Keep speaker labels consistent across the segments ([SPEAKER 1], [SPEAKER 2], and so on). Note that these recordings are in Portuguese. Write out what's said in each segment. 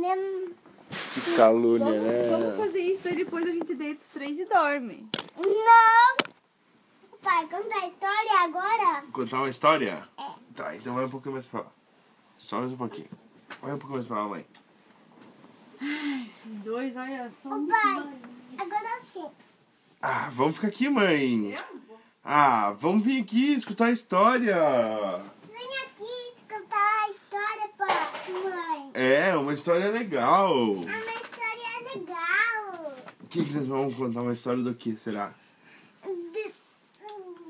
[SPEAKER 1] né?
[SPEAKER 2] Que calúnia,
[SPEAKER 3] Vamos,
[SPEAKER 4] É.
[SPEAKER 3] vamos
[SPEAKER 2] né?
[SPEAKER 3] fazer isso, daí depois a gente deita os três e dorme.
[SPEAKER 1] Não! Pai, conta a história agora.
[SPEAKER 4] Contar uma história? É. Tá, então vai um pouquinho mais pra lá. Só mais um pouquinho. Vai um pouquinho mais pra lá, mãe.
[SPEAKER 3] Esses dois, olha, são...
[SPEAKER 1] Ô, pai, agora sim.
[SPEAKER 4] Ah, vamos ficar aqui, mãe.
[SPEAKER 3] Eu?
[SPEAKER 4] Ah, vamos vir aqui escutar a história.
[SPEAKER 1] Vem aqui escutar a história, pai. Mãe,
[SPEAKER 4] É, uma história legal.
[SPEAKER 1] a minha história é legal.
[SPEAKER 4] O que, que nós vamos contar? Uma história do que, será?
[SPEAKER 1] D-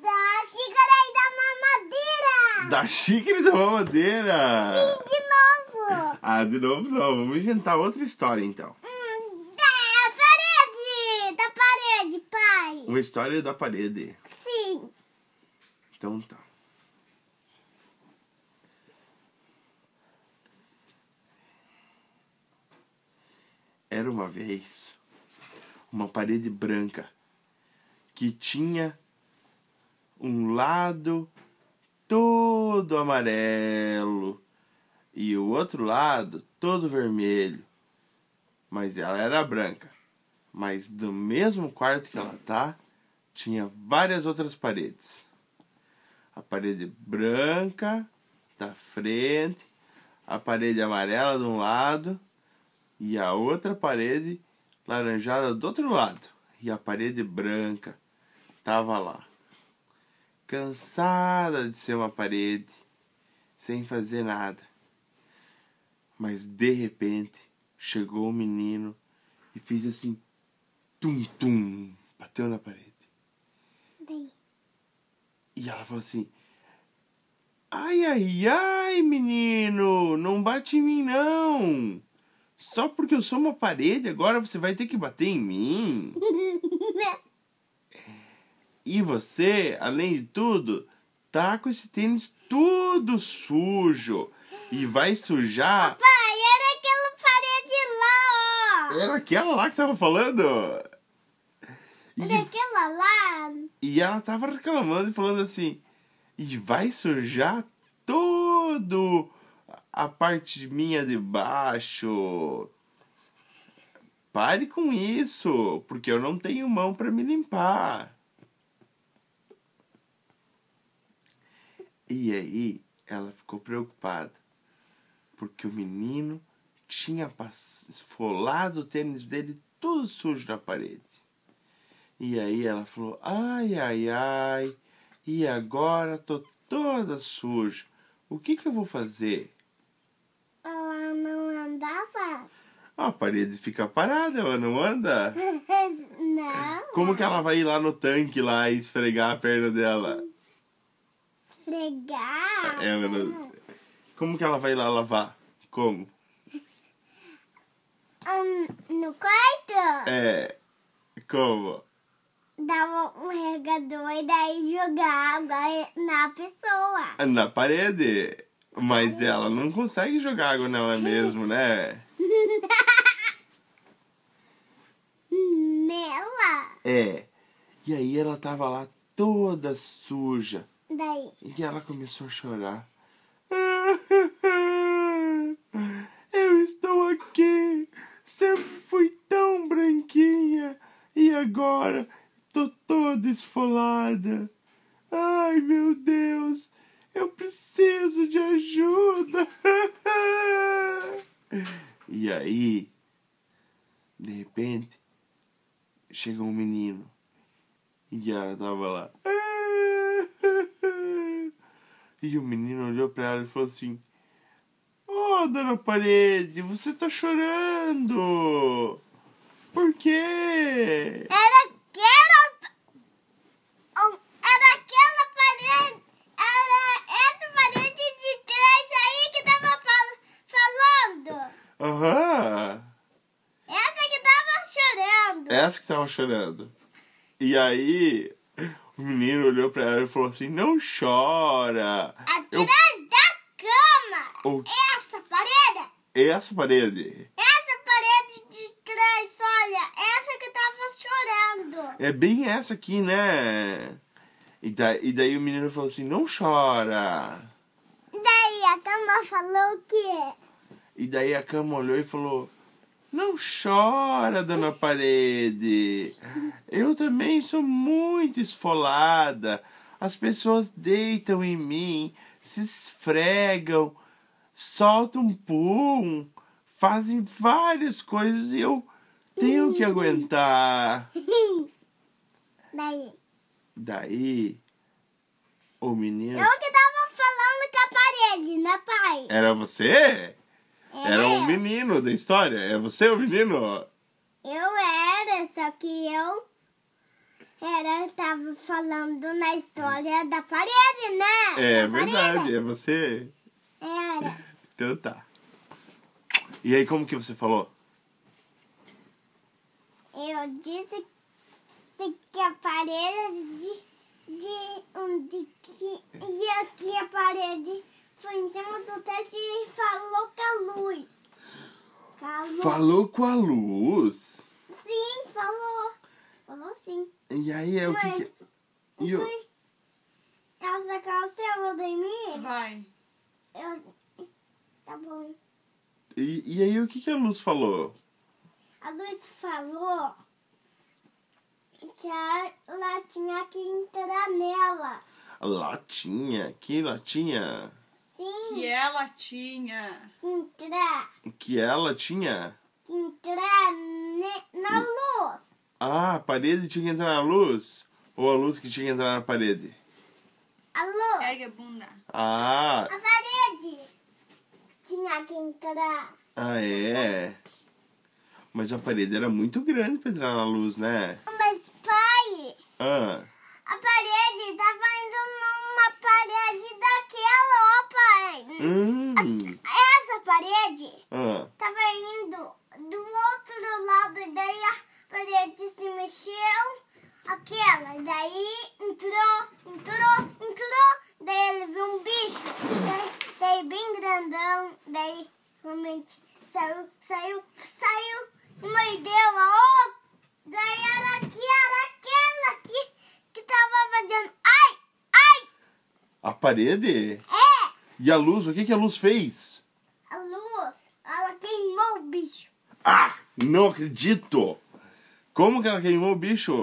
[SPEAKER 1] Da xícara e da mamadeira.
[SPEAKER 4] Da xícara e da mamadeira.
[SPEAKER 1] Sim, de novo.
[SPEAKER 4] Ah, de novo não. Vamos inventar outra história, então.
[SPEAKER 1] Hum, da parede. Da parede, pai.
[SPEAKER 4] Uma história da parede.
[SPEAKER 1] Sim.
[SPEAKER 4] Então tá. Era uma vez uma parede branca que tinha um lado todo amarelo e o outro lado todo vermelho. Mas ela era branca. Mas do mesmo quarto que ela tá, tinha várias outras paredes a parede branca da frente, a parede amarela de um lado e a outra parede laranjada do outro lado. E a parede branca tava lá, cansada de ser uma parede, sem fazer nada. Mas de repente chegou o menino e fez assim, tum tum, bateu na parede.
[SPEAKER 1] Bem,
[SPEAKER 4] E ela falou assim: Ai, ai, ai, menino, não bate em mim, não. Só porque eu sou uma parede, agora você vai ter que bater em mim. E você, além de tudo, tá com esse tênis todo sujo. E vai sujar.
[SPEAKER 1] Pai, era aquela parede lá, ó.
[SPEAKER 4] Era aquela lá que tava falando?
[SPEAKER 1] Era
[SPEAKER 4] E
[SPEAKER 1] aquela lá.
[SPEAKER 4] E ela tava reclamando e falando assim: e vai sujar todo a parte minha de baixo. Pare com isso, porque eu não tenho mão para me limpar. E aí ela ficou preocupada, porque o menino tinha pass- esfolado o tênis dele todo sujo na parede. E aí ela falou: ai, ai, ai, e agora tô toda suja. O que que eu vou fazer?
[SPEAKER 1] Ela não andava?
[SPEAKER 4] "Ah, A parede fica parada, ela não anda.
[SPEAKER 1] Não.
[SPEAKER 4] Como que ela vai ir lá no tanque lá e esfregar a perna dela?
[SPEAKER 1] Esfregar.
[SPEAKER 4] Ela não- Como que ela vai lá lavar? Como?
[SPEAKER 1] Hum, no quarto?
[SPEAKER 4] É. Como?
[SPEAKER 1] Dava um regador e daí jogava na pessoa.
[SPEAKER 4] Na parede. Mas ela não consegue jogar água nela mesmo, né?
[SPEAKER 1] Nela.
[SPEAKER 4] É. E aí ela tava lá toda suja.
[SPEAKER 1] Daí.
[SPEAKER 4] E ela começou a chorar. Eu estou aqui. Sempre fui tão branquinha. E agora tô toda esfolada. Ai, meu Deus. Eu preciso de ajuda. E aí, de repente, chega um menino. E ela tava lá. E o menino olhou pra ela e falou assim: Ô, dona parede, você tá chorando. Por quê?
[SPEAKER 1] Era aquela. Oh, Era aquela parede. Era essa parede de trás aí que tava fal- falando.
[SPEAKER 4] Aham.
[SPEAKER 1] Essa que tava chorando.
[SPEAKER 4] Essa que tava chorando. E aí, o menino olhou pra ela e falou assim: Não chora. Eu-
[SPEAKER 1] Atrás da cama.
[SPEAKER 4] O-
[SPEAKER 1] Essa parede.
[SPEAKER 4] Essa parede
[SPEAKER 1] Essa parede de trás, olha. Essa que tava chorando.
[SPEAKER 4] é bem essa aqui, né? E, da, e daí o menino falou assim: Não chora.
[SPEAKER 1] Daí a cama falou que
[SPEAKER 4] E daí a cama olhou e falou: Não chora, dona parede. Eu também sou muito esfolada. As pessoas deitam em mim, se esfregam, soltam pum, fazem várias coisas e eu tenho que aguentar.
[SPEAKER 1] Daí.
[SPEAKER 4] Daí, o menino.
[SPEAKER 1] Eu que tava falando com a parede, né, pai?
[SPEAKER 4] Era você? Era
[SPEAKER 1] eu.
[SPEAKER 4] um menino da história. É você o menino?
[SPEAKER 1] Eu era, só que eu era, tava falando na história da parede, né?
[SPEAKER 4] É
[SPEAKER 1] Da parede.
[SPEAKER 4] verdade, é você.
[SPEAKER 1] Era.
[SPEAKER 4] Então tá. E aí, como que você falou?
[SPEAKER 1] Eu disse que a parede de, de onde que e aqui a parede foi em cima do teto e falou com a luz. Com a luz.
[SPEAKER 4] Falou com a luz.
[SPEAKER 1] Sim, falou. Falou sim.
[SPEAKER 4] E aí é o que.
[SPEAKER 1] Mãe,
[SPEAKER 4] que... E o-
[SPEAKER 1] Foi. Essa calça é eu vou dormir.
[SPEAKER 3] Vai.
[SPEAKER 1] Eu... Tá bom.
[SPEAKER 4] E, e aí, o que, que a luz falou?
[SPEAKER 1] A Luz falou que ela tinha que entrar nela.
[SPEAKER 4] Latinha? Que latinha?
[SPEAKER 1] Sim,
[SPEAKER 3] Que ela tinha.
[SPEAKER 1] entrar.
[SPEAKER 4] Que é ela tinha?
[SPEAKER 1] Entrar ne- na luz.
[SPEAKER 4] Ah, a parede tinha que entrar na luz? Ou a luz que tinha que entrar na parede?
[SPEAKER 1] A luz.
[SPEAKER 3] Ergue a bunda.
[SPEAKER 4] Ah,
[SPEAKER 1] A parede tinha que entrar.
[SPEAKER 4] ah é. Mas a parede era muito grande pra entrar na luz, né?
[SPEAKER 1] Mas, pai,
[SPEAKER 4] Ah,
[SPEAKER 1] a parede tava indo numa parede daquela, ó, pai.
[SPEAKER 4] hum,
[SPEAKER 1] Essa parede
[SPEAKER 4] ah,
[SPEAKER 1] tava indo do outro lado, e daí a parede se mexeu, aquela, e daí entrou, entrou, entrou, daí ele viu um bicho, daí, daí bem grandão, daí realmente saiu, saiu, saiu, e mordeu a outra, daí era aqui, era aquela que, que tava fazendo, ai, ai,
[SPEAKER 4] a parede?
[SPEAKER 1] é,
[SPEAKER 4] E a luz, o que, que a luz fez?
[SPEAKER 1] a luz, ela queimou o bicho.
[SPEAKER 4] Ah, não acredito! Como que ela queimou o bicho?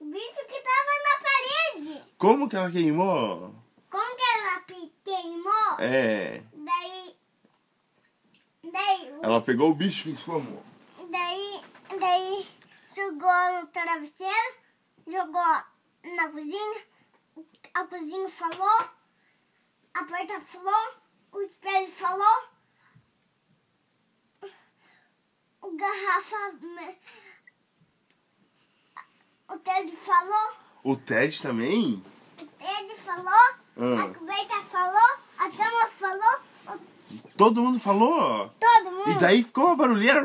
[SPEAKER 1] O bicho que tava na parede.
[SPEAKER 4] Como que ela queimou?
[SPEAKER 1] Como que ela pe- queimou?
[SPEAKER 4] É,
[SPEAKER 1] Daí. Daí.
[SPEAKER 4] ela pegou o bicho e esfumou.
[SPEAKER 1] Daí. Daí. Jogou no travesseiro. Jogou na cozinha. A cozinha falou. A porta falou. O espelho falou. O garrafa. me- O Ted falou.
[SPEAKER 4] O Ted também?
[SPEAKER 1] Ele falou,
[SPEAKER 4] Ah.
[SPEAKER 1] a coberta falou, a cama falou, o-
[SPEAKER 4] Todo mundo falou?
[SPEAKER 1] todo
[SPEAKER 4] E
[SPEAKER 1] mundo.
[SPEAKER 4] daí ficou uma barulheira.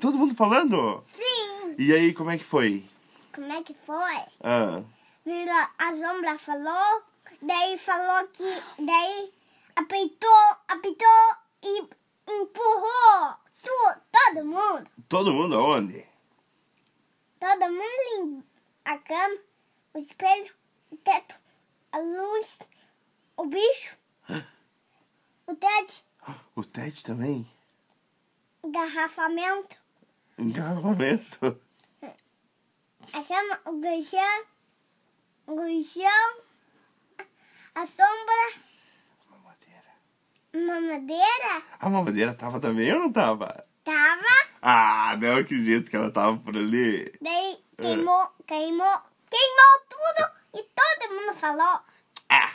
[SPEAKER 4] Todo mundo falando.
[SPEAKER 1] Sim.
[SPEAKER 4] E aí, como é que foi?
[SPEAKER 1] Como é que foi?
[SPEAKER 4] Ah,
[SPEAKER 1] Virou, a sombra falou, daí falou que, daí apitou, apitou e empurrou tu, todo mundo.
[SPEAKER 4] todo mundo aonde?
[SPEAKER 1] Todo mundo em a cama, o espelho, o teto, a luz, o bicho, o Ted,
[SPEAKER 4] O Ted também?
[SPEAKER 1] o garrafamento,
[SPEAKER 4] Engarrafamento.
[SPEAKER 1] A cama, o colchão, o colchão, a sombra,
[SPEAKER 4] Mamadeira.
[SPEAKER 1] uma madeira,
[SPEAKER 4] A mamadeira tava também ou não tava?
[SPEAKER 1] tava,
[SPEAKER 4] Ah, não acredito que ela tava por ali.
[SPEAKER 1] daí queimou, queimou, queimou tudo e todo mundo falou,
[SPEAKER 4] Ah!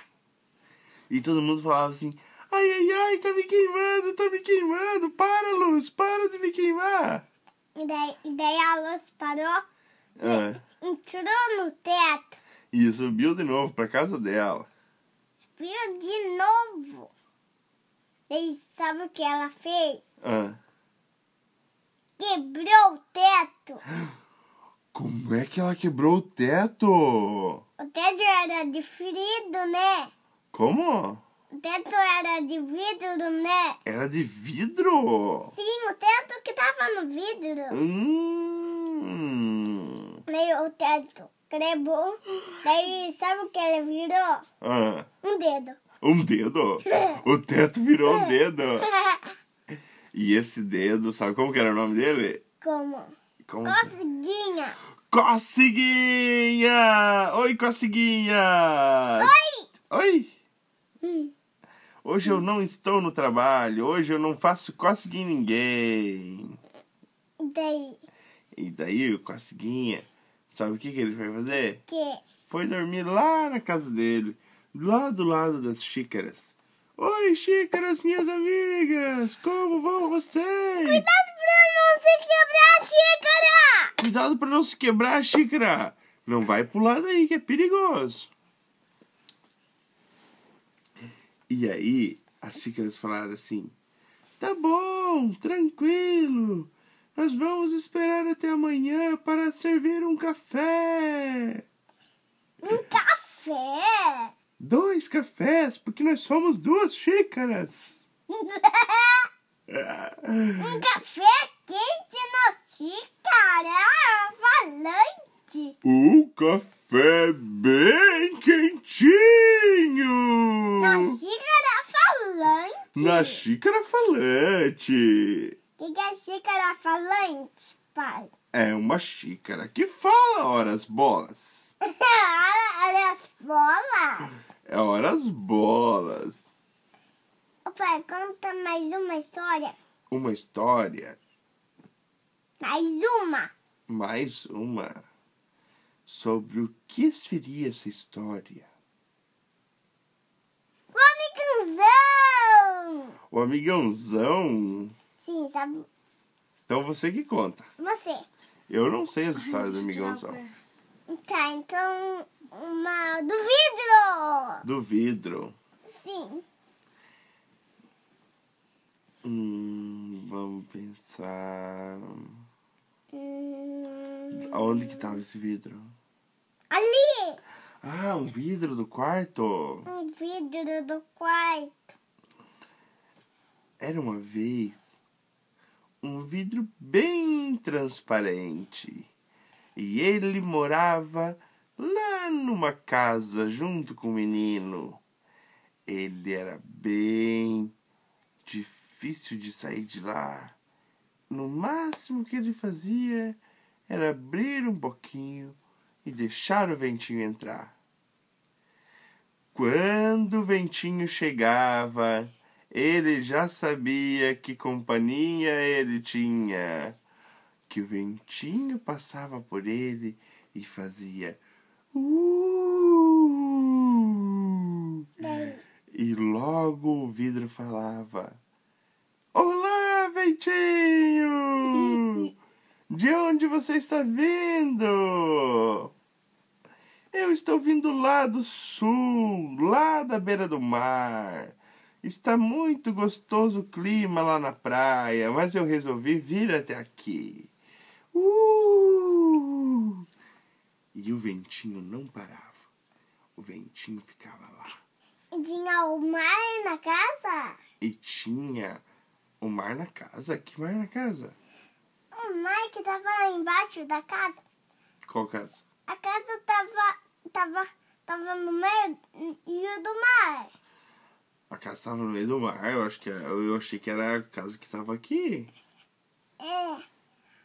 [SPEAKER 4] E todo mundo falava assim: ai, ai, ai, tá me queimando, tá me queimando, para, luz, para de me queimar.
[SPEAKER 1] e daí, e daí a luz parou,
[SPEAKER 4] Ah,
[SPEAKER 1] entrou no teto,
[SPEAKER 4] e subiu de novo pra casa dela.
[SPEAKER 1] subiu de novo. Daí sabe o que ela fez?
[SPEAKER 4] Ah,
[SPEAKER 1] Quebrou o teto.
[SPEAKER 4] como é que ela quebrou o teto?
[SPEAKER 1] O teto era de ferido, né?
[SPEAKER 4] Como?
[SPEAKER 1] O teto era de vidro, né?
[SPEAKER 4] Era de vidro?
[SPEAKER 1] Sim, o teto que tava no vidro.
[SPEAKER 4] Hum.
[SPEAKER 1] Daí o teto crebou. Daí sabe o que ele virou?
[SPEAKER 4] Ah,
[SPEAKER 1] Um dedo.
[SPEAKER 4] um dedo? O teto virou um dedo. E esse dedo, sabe como que era o nome dele?
[SPEAKER 1] Como?
[SPEAKER 4] Como se-
[SPEAKER 1] Coceguinha.
[SPEAKER 4] Coceguinha! Oi, Coceguinha!
[SPEAKER 1] Oi!
[SPEAKER 4] Oi!
[SPEAKER 1] Hum.
[SPEAKER 4] Hoje eu não estou no trabalho, hoje eu não faço cócega em ninguém.
[SPEAKER 1] Daí,
[SPEAKER 4] E daí o Cosguinha, sabe o que, que ele foi fazer?
[SPEAKER 1] que?
[SPEAKER 4] Foi dormir lá na casa dele, lá do lado das xícaras. Oi, xícaras, minhas amigas! Como vão vocês?
[SPEAKER 1] Cuidado pra não se quebrar a xícara!
[SPEAKER 4] Cuidado pra não se quebrar a xícara! Não vai pular daí que é perigoso! E aí, as xícaras falaram assim: Tá bom, tranquilo! Nós vamos esperar até amanhã para servir um café!
[SPEAKER 1] Um café!
[SPEAKER 4] Dois cafés, porque nós somos duas xícaras!
[SPEAKER 1] um café quente na xícara falante!
[SPEAKER 4] Um café bem quentinho!
[SPEAKER 1] Na xícara falante!
[SPEAKER 4] Hum. Na xícara falante.
[SPEAKER 1] O que, que é xícara falante, pai?
[SPEAKER 4] É uma xícara que fala horas bolas.
[SPEAKER 1] Olha as bolas!
[SPEAKER 4] É horas bolas.
[SPEAKER 1] Ô pai, conta mais uma história.
[SPEAKER 4] Uma história,
[SPEAKER 1] Mais uma!
[SPEAKER 4] mais uma. Sobre o que seria essa história?
[SPEAKER 1] O amigãozão!
[SPEAKER 4] O amigãozão.
[SPEAKER 1] Sim, sabe?
[SPEAKER 4] Então você que conta.
[SPEAKER 1] Você.
[SPEAKER 4] Ah, Eu um não sei as histórias do amigãozão.
[SPEAKER 1] Tá, então uma do vidro!
[SPEAKER 4] Do vidro.
[SPEAKER 1] Sim.
[SPEAKER 4] Hum, vamos pensar.
[SPEAKER 1] Hum,
[SPEAKER 4] Onde que tava esse vidro?
[SPEAKER 1] ali!
[SPEAKER 4] Ah, um vidro do quarto.
[SPEAKER 1] Um vidro do quarto.
[SPEAKER 4] Era uma vez um vidro bem transparente. E ele morava lá numa casa junto com o menino. Ele era bem difícil de sair de lá. No máximo que ele fazia era abrir um pouquinho e deixar o ventinho entrar. Quando o ventinho chegava, ele já sabia que companhia ele tinha, que o ventinho passava por ele e fazia. "Uh". E logo o vidro falava: Olá, ventinho! De onde você está vindo? Eu estou vindo lá do sul, lá da beira do mar. Está muito gostoso o clima lá na praia, mas eu resolvi vir até aqui. Uh! E o ventinho não parava. O ventinho ficava lá.
[SPEAKER 1] E tinha o mar na casa?
[SPEAKER 4] E tinha o mar na casa. Que mar na casa?
[SPEAKER 1] O mar que tava lá embaixo da casa.
[SPEAKER 4] Qual casa?
[SPEAKER 1] A casa tava, tava, tava no meio e o do mar.
[SPEAKER 4] A casa estava no meio do mar. Eu acho que era- eu achei que era a casa que estava aqui.
[SPEAKER 1] É.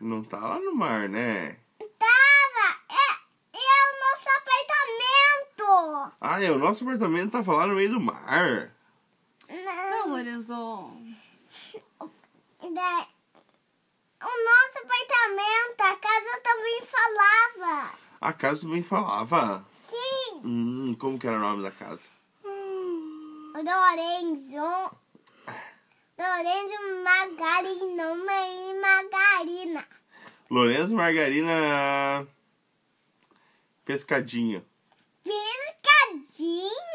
[SPEAKER 4] Não tá lá no mar, né?
[SPEAKER 1] Tava! É, é o nosso apartamento!
[SPEAKER 4] Ah, é, o nosso apartamento tava lá no meio do mar.
[SPEAKER 3] Não, Lorenzo.
[SPEAKER 1] Da- Né? O nosso apartamento, a casa também falava.
[SPEAKER 4] A casa também falava.
[SPEAKER 1] Sim,
[SPEAKER 4] Hum, como que era o nome da casa?
[SPEAKER 1] Lorenzo. Lorenzo Margarino e Margarina.
[SPEAKER 4] Lourenço Margarina Pescadinho.
[SPEAKER 1] Piscadinho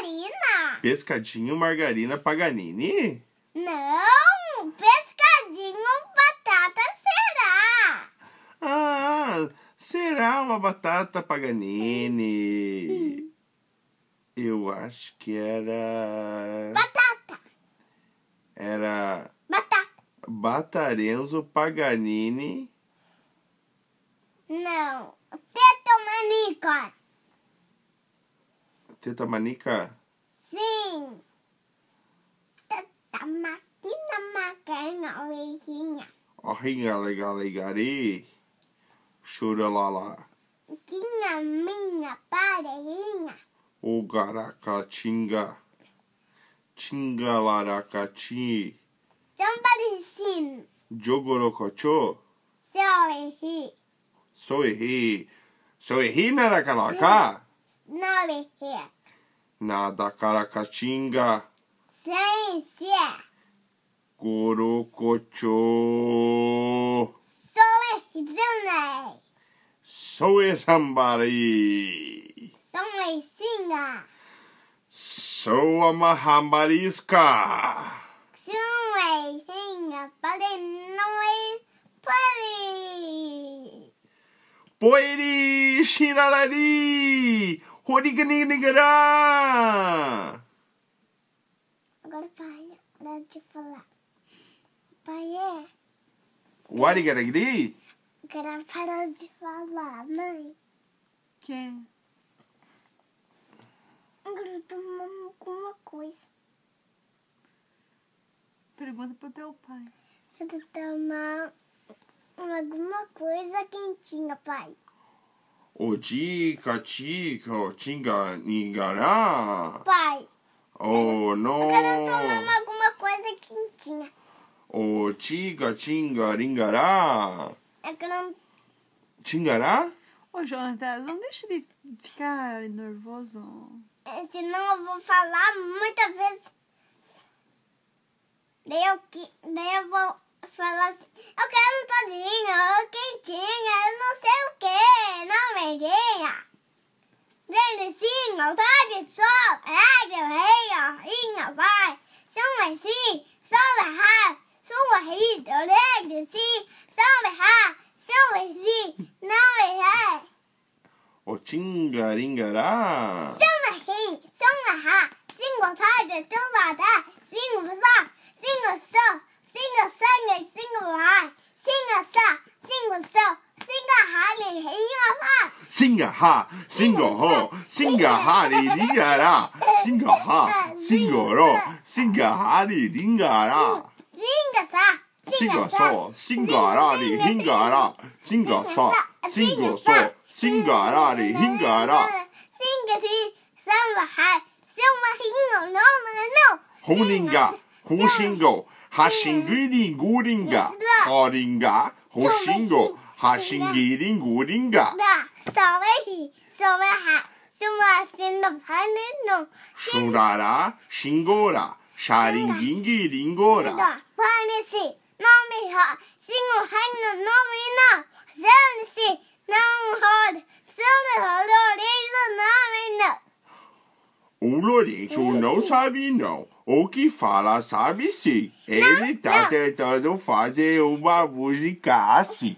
[SPEAKER 1] Margarina.
[SPEAKER 4] Pescadinho Margarina Paganini?
[SPEAKER 1] Não, pescadinho batata será.
[SPEAKER 4] Ah, será uma batata Paganini? Eu acho que era.
[SPEAKER 1] Batata,
[SPEAKER 4] Era
[SPEAKER 1] batata.
[SPEAKER 4] Batarenzo Paganini.
[SPEAKER 1] Não, teto
[SPEAKER 4] Teta Manica.
[SPEAKER 1] Sim. Tata máquina, máquina, na orelhinha.
[SPEAKER 4] Orrinha, legal, legari. Churalala.
[SPEAKER 1] Aqui na minha parelhinha.
[SPEAKER 4] O garacatinga. Tingalaracati.
[SPEAKER 1] Somebody
[SPEAKER 4] Jogorocochô.
[SPEAKER 1] Sorry, he.
[SPEAKER 4] Soehi. Soehi naracalaca.
[SPEAKER 1] Not here.
[SPEAKER 4] Nada caracatinga.
[SPEAKER 1] Saying yeah.
[SPEAKER 4] Gorocochô.
[SPEAKER 1] Sorry, he's doing
[SPEAKER 4] Soe somebody.
[SPEAKER 1] Somebody singer.
[SPEAKER 4] Soa mahambarisca.
[SPEAKER 1] Somebody singer. But in noise. Buddy.
[SPEAKER 4] Poeri Shinarari Horiganigará
[SPEAKER 1] Agora pai, dá de falar. Pai, é.
[SPEAKER 4] Warigaragri
[SPEAKER 1] Agora parou de falar, mãe.
[SPEAKER 3] Quem?
[SPEAKER 1] Agora eu tô mamando alguma coisa.
[SPEAKER 3] Pergunta pro teu pai.
[SPEAKER 1] Eu tô tomando alguma coisa quentinha, pai.
[SPEAKER 4] Odi Katika Tinga Ningará
[SPEAKER 1] Pai,
[SPEAKER 4] Oh no
[SPEAKER 1] agora eu tô mamando alguma coisa quentinha.
[SPEAKER 4] Otiga Tinga Ringará
[SPEAKER 1] Agora eu
[SPEAKER 4] Tingará?
[SPEAKER 3] Ô, Jonathan, não deixa ele ficar nervoso.
[SPEAKER 1] É, Senão eu vou falar muitas vezes. Daí eu, que- daí eu vou falar assim, eu quero todinha, eu quentinha, eu não sei o que, não mereia. Vendecinho, tarde, sol, é alegre, reia, inha, vai. São assim, sou um errar, sua rida, alegre, sim, sou errar, sou assim, não errar.
[SPEAKER 4] Otinga Ringará
[SPEAKER 1] 生的黑，生的哈，辛苦他的周老大，辛苦上，辛苦受，辛苦生给辛苦来，辛苦上，辛苦受，辛苦还给黑个饭，
[SPEAKER 4] Singa Ha Singo Ho Singa Hari Ringará Singa Ha Singo Ro Singa Hari Ringará
[SPEAKER 1] 辛苦啥？
[SPEAKER 4] 新个说，新个那里，新个那，新个说，新个说，新个那里，新个那，
[SPEAKER 1] 辛苦的生的哈，生的黑个老门路，
[SPEAKER 4] 红人家，红新个，哈新个人，古人家，好人家，好新个，哈新个人，古人家，
[SPEAKER 1] 那稍微黑，稍微哈，什么辛苦还能弄。
[SPEAKER 4] 苏拉拉，新个啦，沙林金个人个啦，
[SPEAKER 1] da pharmacy mommy hot single hang the mommy now pharmacy now hard single hard is a mommy now
[SPEAKER 4] 乌罗人就não sabe não. O que fala sabe sim. Ele está tentando fazer uma música assim.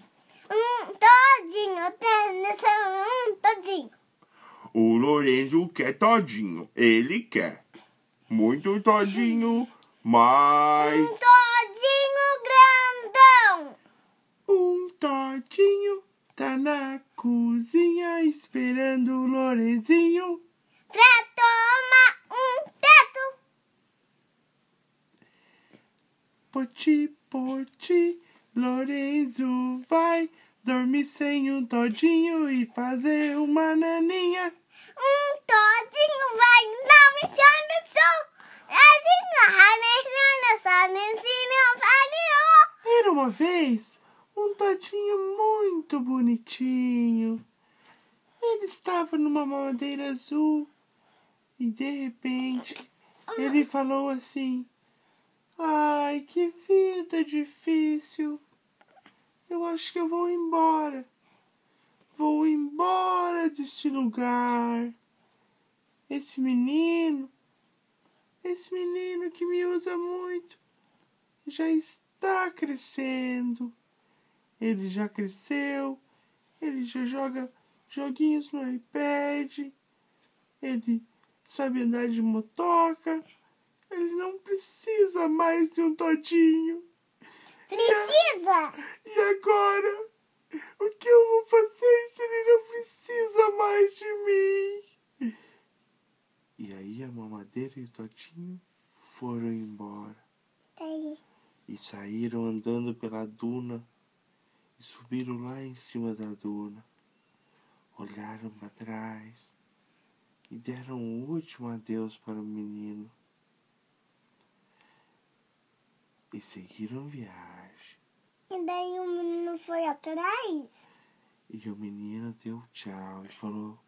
[SPEAKER 1] um todinho tem nessa um todinho
[SPEAKER 4] O Lorenzo quer todinho. Ele quer. Muito todinho, mas.
[SPEAKER 1] um todinho grandão
[SPEAKER 4] Um todinho tá na cozinha esperando o Lorenzinho.
[SPEAKER 1] pra tomar um teto
[SPEAKER 4] Poti, poti, Lorenzo vai dormir sem um todinho e fazer uma naninha.
[SPEAKER 1] um todinho vai dar me dando sol assim a rainha nessa menina vai
[SPEAKER 4] Era uma vez um todinho muito bonitinho. Ele estava numa mamadeira azul e de repente ele falou assim: Ai, que vida difícil. Eu acho que eu vou embora. Vou embora desse lugar. Esse menino, esse menino que me usa muito já está crescendo. Ele já cresceu, ele já joga joguinhos no iPad, ele sabe andar de motoca, ele não precisa mais de um todinho.
[SPEAKER 1] precisa
[SPEAKER 4] E agora? O que eu vou fazer se ele não precisa mais de mim? E aí a mamadeira e o todinho foram embora.
[SPEAKER 1] Daí,
[SPEAKER 4] E E saíram andando pela duna e subiram lá em cima da duna. Olharam para trás e deram o último adeus para o menino. E seguiram viagem.
[SPEAKER 1] E daí o menino foi atrás.
[SPEAKER 4] E o menino deu tchau e falou: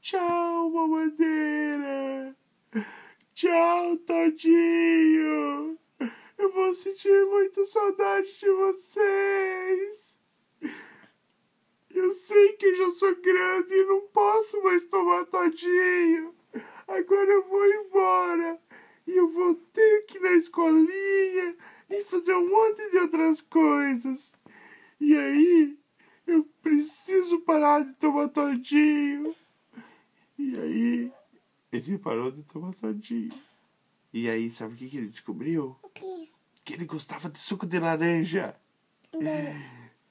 [SPEAKER 4] Tchau, mamadeira! Tchau, Todinho! Eu vou sentir muita saudade de vocês! Eu sei que eu já sou grande e não posso mais tomar Todinho! Agora eu vou embora! E eu vou ter que ir na escolinha e fazer um monte de outras coisas! E aí, eu preciso parar de tomar Todinho! E aí, ele parou de tomar todinho. E aí, sabe o que, que ele descobriu?
[SPEAKER 1] O quê?
[SPEAKER 4] Que ele gostava de suco de laranja.
[SPEAKER 1] E daí?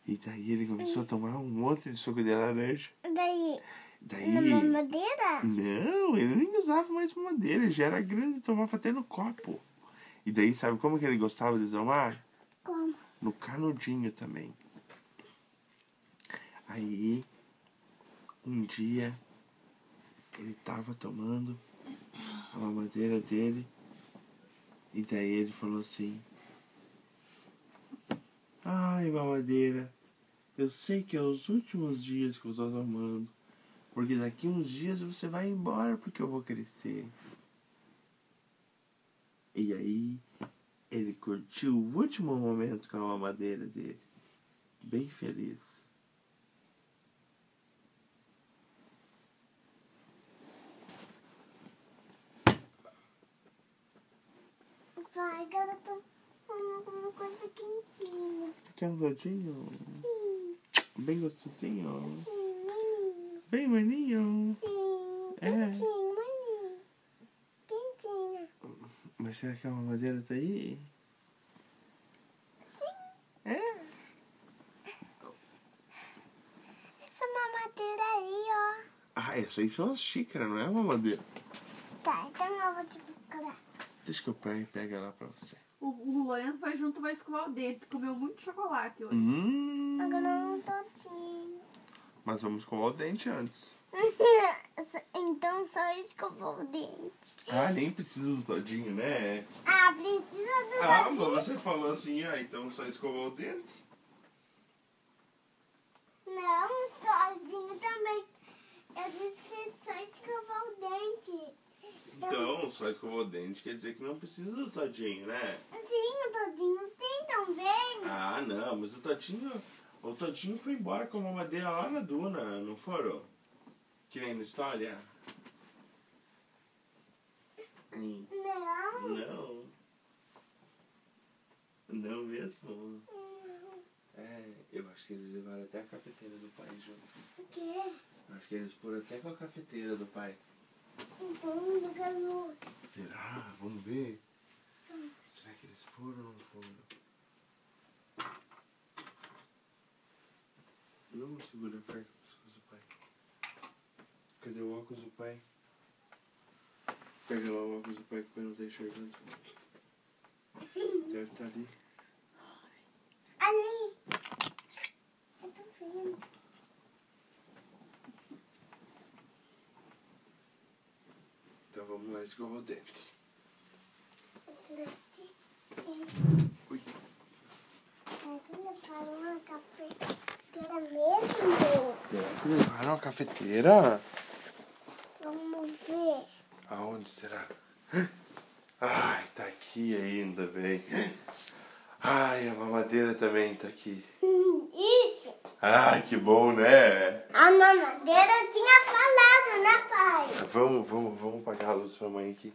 [SPEAKER 4] E daí ele começou a tomar um monte de suco de laranja.
[SPEAKER 1] e daí
[SPEAKER 4] Daí.
[SPEAKER 1] na mamadeira?
[SPEAKER 4] Não, ele nem usava mais mamadeira, ele já era grande e tomava até no copo. E daí, sabe como que ele gostava de tomar?
[SPEAKER 1] Como?
[SPEAKER 4] No canudinho também. Aí, um dia, ele tava tomando a mamadeira dele. E daí ele falou assim: Ai, mamadeira, eu sei que é os últimos dias que eu tô tomando. Porque daqui uns dias você vai embora porque eu vou crescer. E aí, ele curtiu o último momento com a mamadeira dele. Bem feliz.
[SPEAKER 1] Vai, garoto. Põe alguma coisa quentinha.
[SPEAKER 4] Quer um todinho?
[SPEAKER 1] Sim,
[SPEAKER 4] Bem gostosinho?
[SPEAKER 1] sim, maninho.
[SPEAKER 4] Bem maninho?
[SPEAKER 1] Sim,
[SPEAKER 4] É.
[SPEAKER 1] quentinho, maninho. Quentinha.
[SPEAKER 4] Mas será que a mamadeira tá aí?
[SPEAKER 1] Sim,
[SPEAKER 4] É?
[SPEAKER 1] essa mamadeira aí,
[SPEAKER 4] Ah, essa aí são as xícaras, não é a mamadeira?
[SPEAKER 1] ó. Tá, então eu vou te procurar.
[SPEAKER 4] Deixa que o pai pega lá pra você.
[SPEAKER 3] O, o Lourenço vai junto, vai escovar o dedo. porque Comeu muito chocolate hoje.
[SPEAKER 4] Hum,
[SPEAKER 1] Agora um totinho.
[SPEAKER 4] mas vamos escovar o dente antes.
[SPEAKER 1] então só escovou o dente.
[SPEAKER 4] Ah, nem precisa do todinho, né?
[SPEAKER 1] Ah, precisa do
[SPEAKER 4] Ah, mas
[SPEAKER 1] totinho.
[SPEAKER 4] você falou assim, ah, então só escovar o dente.
[SPEAKER 1] Não, sozinho também. Eu disse que só escovar o dente.
[SPEAKER 4] Então, só escovar o dente quer dizer que não precisa do todinho, né?
[SPEAKER 1] Sim, o todinho sim também.
[SPEAKER 4] Ah, não, mas o Todinho. O Todinho foi embora com uma madeira lá na duna, não foram? Que nem na história? Hum,
[SPEAKER 1] Não.
[SPEAKER 4] Não. Não mesmo? É, eu acho que eles levaram até a cafeteira do pai junto.
[SPEAKER 1] O quê?
[SPEAKER 4] Eu acho que eles foram até com a cafeteira do pai.
[SPEAKER 1] Então, do garoto.
[SPEAKER 4] Será? "Ah, Vamos ver. Será que eles foram ou não foram? Não segura perto o pescoço do pai. Cadê o óculos do pai? Pega lá o óculos do pai que o pai não tá enxergando. Deve estar ali.
[SPEAKER 1] Ali. Eu tô vendo.
[SPEAKER 4] Então vamos lá escovar o dente.
[SPEAKER 1] Esse daqui.
[SPEAKER 4] Ui.
[SPEAKER 1] Caramba, parou uma cafeteira mesmo.
[SPEAKER 4] Será que levaram a Ah, cafeteira?
[SPEAKER 1] Vamos ver.
[SPEAKER 4] Aonde será? Ai, tá aqui ainda, velho. Ai, a mamadeira também tá aqui.
[SPEAKER 1] Hum, Isso.
[SPEAKER 4] Ai, que bom, né?
[SPEAKER 1] A mamadeira tinha falado, né, pai?
[SPEAKER 4] Vamos, vamos, vamos apagar a luz pra mãe aqui.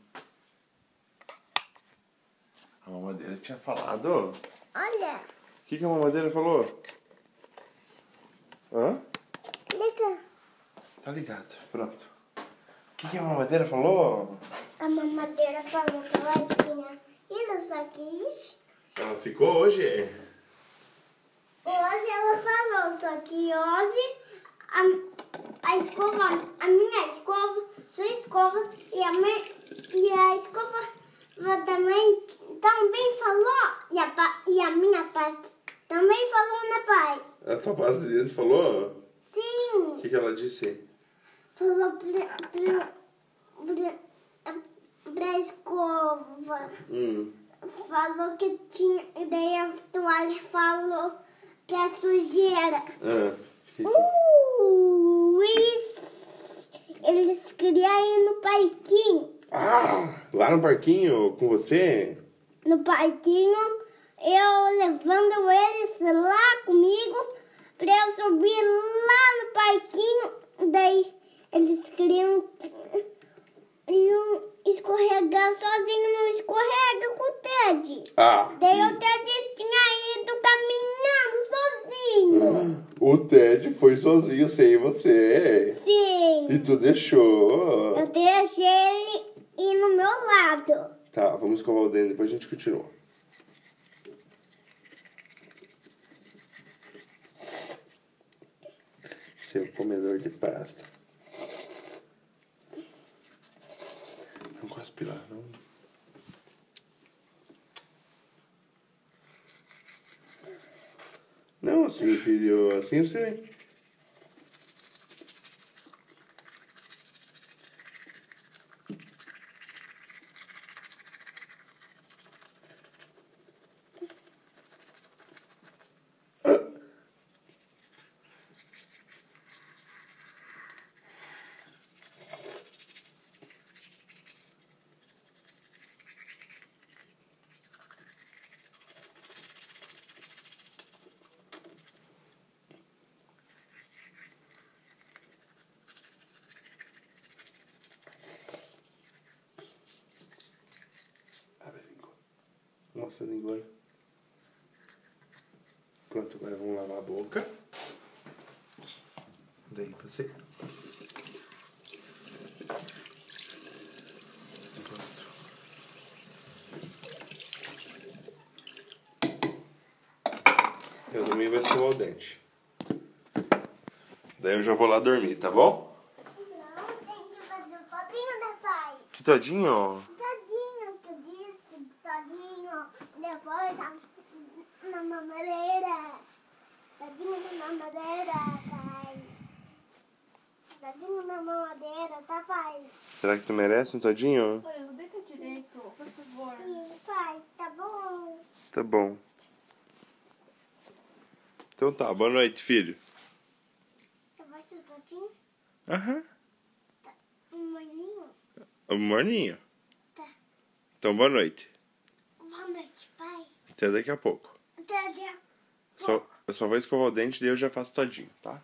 [SPEAKER 4] A mamadeira tinha falado. O
[SPEAKER 1] Olha.
[SPEAKER 4] que, que a mamadeira falou? Hã?
[SPEAKER 1] Liga.
[SPEAKER 4] Tá ligado, pronto. O que, que a mamadeira falou?
[SPEAKER 1] A mamadeira falou que ela tinha ido, só que é isso.
[SPEAKER 4] Ela ficou hoje?
[SPEAKER 1] Hoje ela falou, só que hoje a, a escova, a minha escova, sua escova e a, mãe, e a escova da mãe também falou. E a, pa- mas também falou na pai.
[SPEAKER 4] A tua paciente falou? O
[SPEAKER 1] Sim,
[SPEAKER 4] que, que ela disse?
[SPEAKER 1] falou pra, pra, pra, pra escova.
[SPEAKER 4] Hum.
[SPEAKER 1] Falou que tinha. Daí a toalha falou que a sujeira.
[SPEAKER 4] Ah, que que-
[SPEAKER 1] Uh, isso. Eles criaram no parquinho.
[SPEAKER 4] Ah, lá no parquinho com você?
[SPEAKER 1] No parquinho, eu levando eles lá comigo pra eu subir lá no parquinho. Daí eles queriam que- iam escorregar sozinho, não escorrega com o Ted.
[SPEAKER 4] Ah.
[SPEAKER 1] Daí o Ted tinha ido caminhando sozinho.
[SPEAKER 4] O Ted foi sozinho sem você.
[SPEAKER 1] Sim.
[SPEAKER 4] E tu deixou.
[SPEAKER 1] Eu deixei ele ir no meu lado.
[SPEAKER 4] Tá, vamos escovar o dente, depois a gente continua. Seu comedor de pasta. Não cospe lá, não. Não, assim, filho, assim você... Abre a língua. Mostra a língua. olha. Pronto, agora vamos lavar a boca. Daí você. Pronto. Eu também vou escovar o dente. Daí eu já vou lá dormir, tá bom?
[SPEAKER 1] Não, tem que fazer o todinho da pai.
[SPEAKER 4] Que todinho?
[SPEAKER 1] Todinho, todinho, todinho. Depois a- na mamadeira. Todinho na mamadeira, pai. Todinho na mamadeira, tá, pai?
[SPEAKER 4] Será que tu merece um todinho?
[SPEAKER 3] Olha, não deita direito, por favor.
[SPEAKER 1] Sim, pai, tá bom.
[SPEAKER 4] Tá bom. Então tá, boa noite, filho.
[SPEAKER 1] Você vai ser o todinho?
[SPEAKER 4] Aham.
[SPEAKER 1] Um maninho?
[SPEAKER 4] É Morninho.
[SPEAKER 1] Tá.
[SPEAKER 4] Então boa noite.
[SPEAKER 1] Boa noite, pai.
[SPEAKER 4] Até daqui a pouco.
[SPEAKER 1] Até a
[SPEAKER 4] Só, eu só vou escovar o dente e daí eu já faço todinho, tá?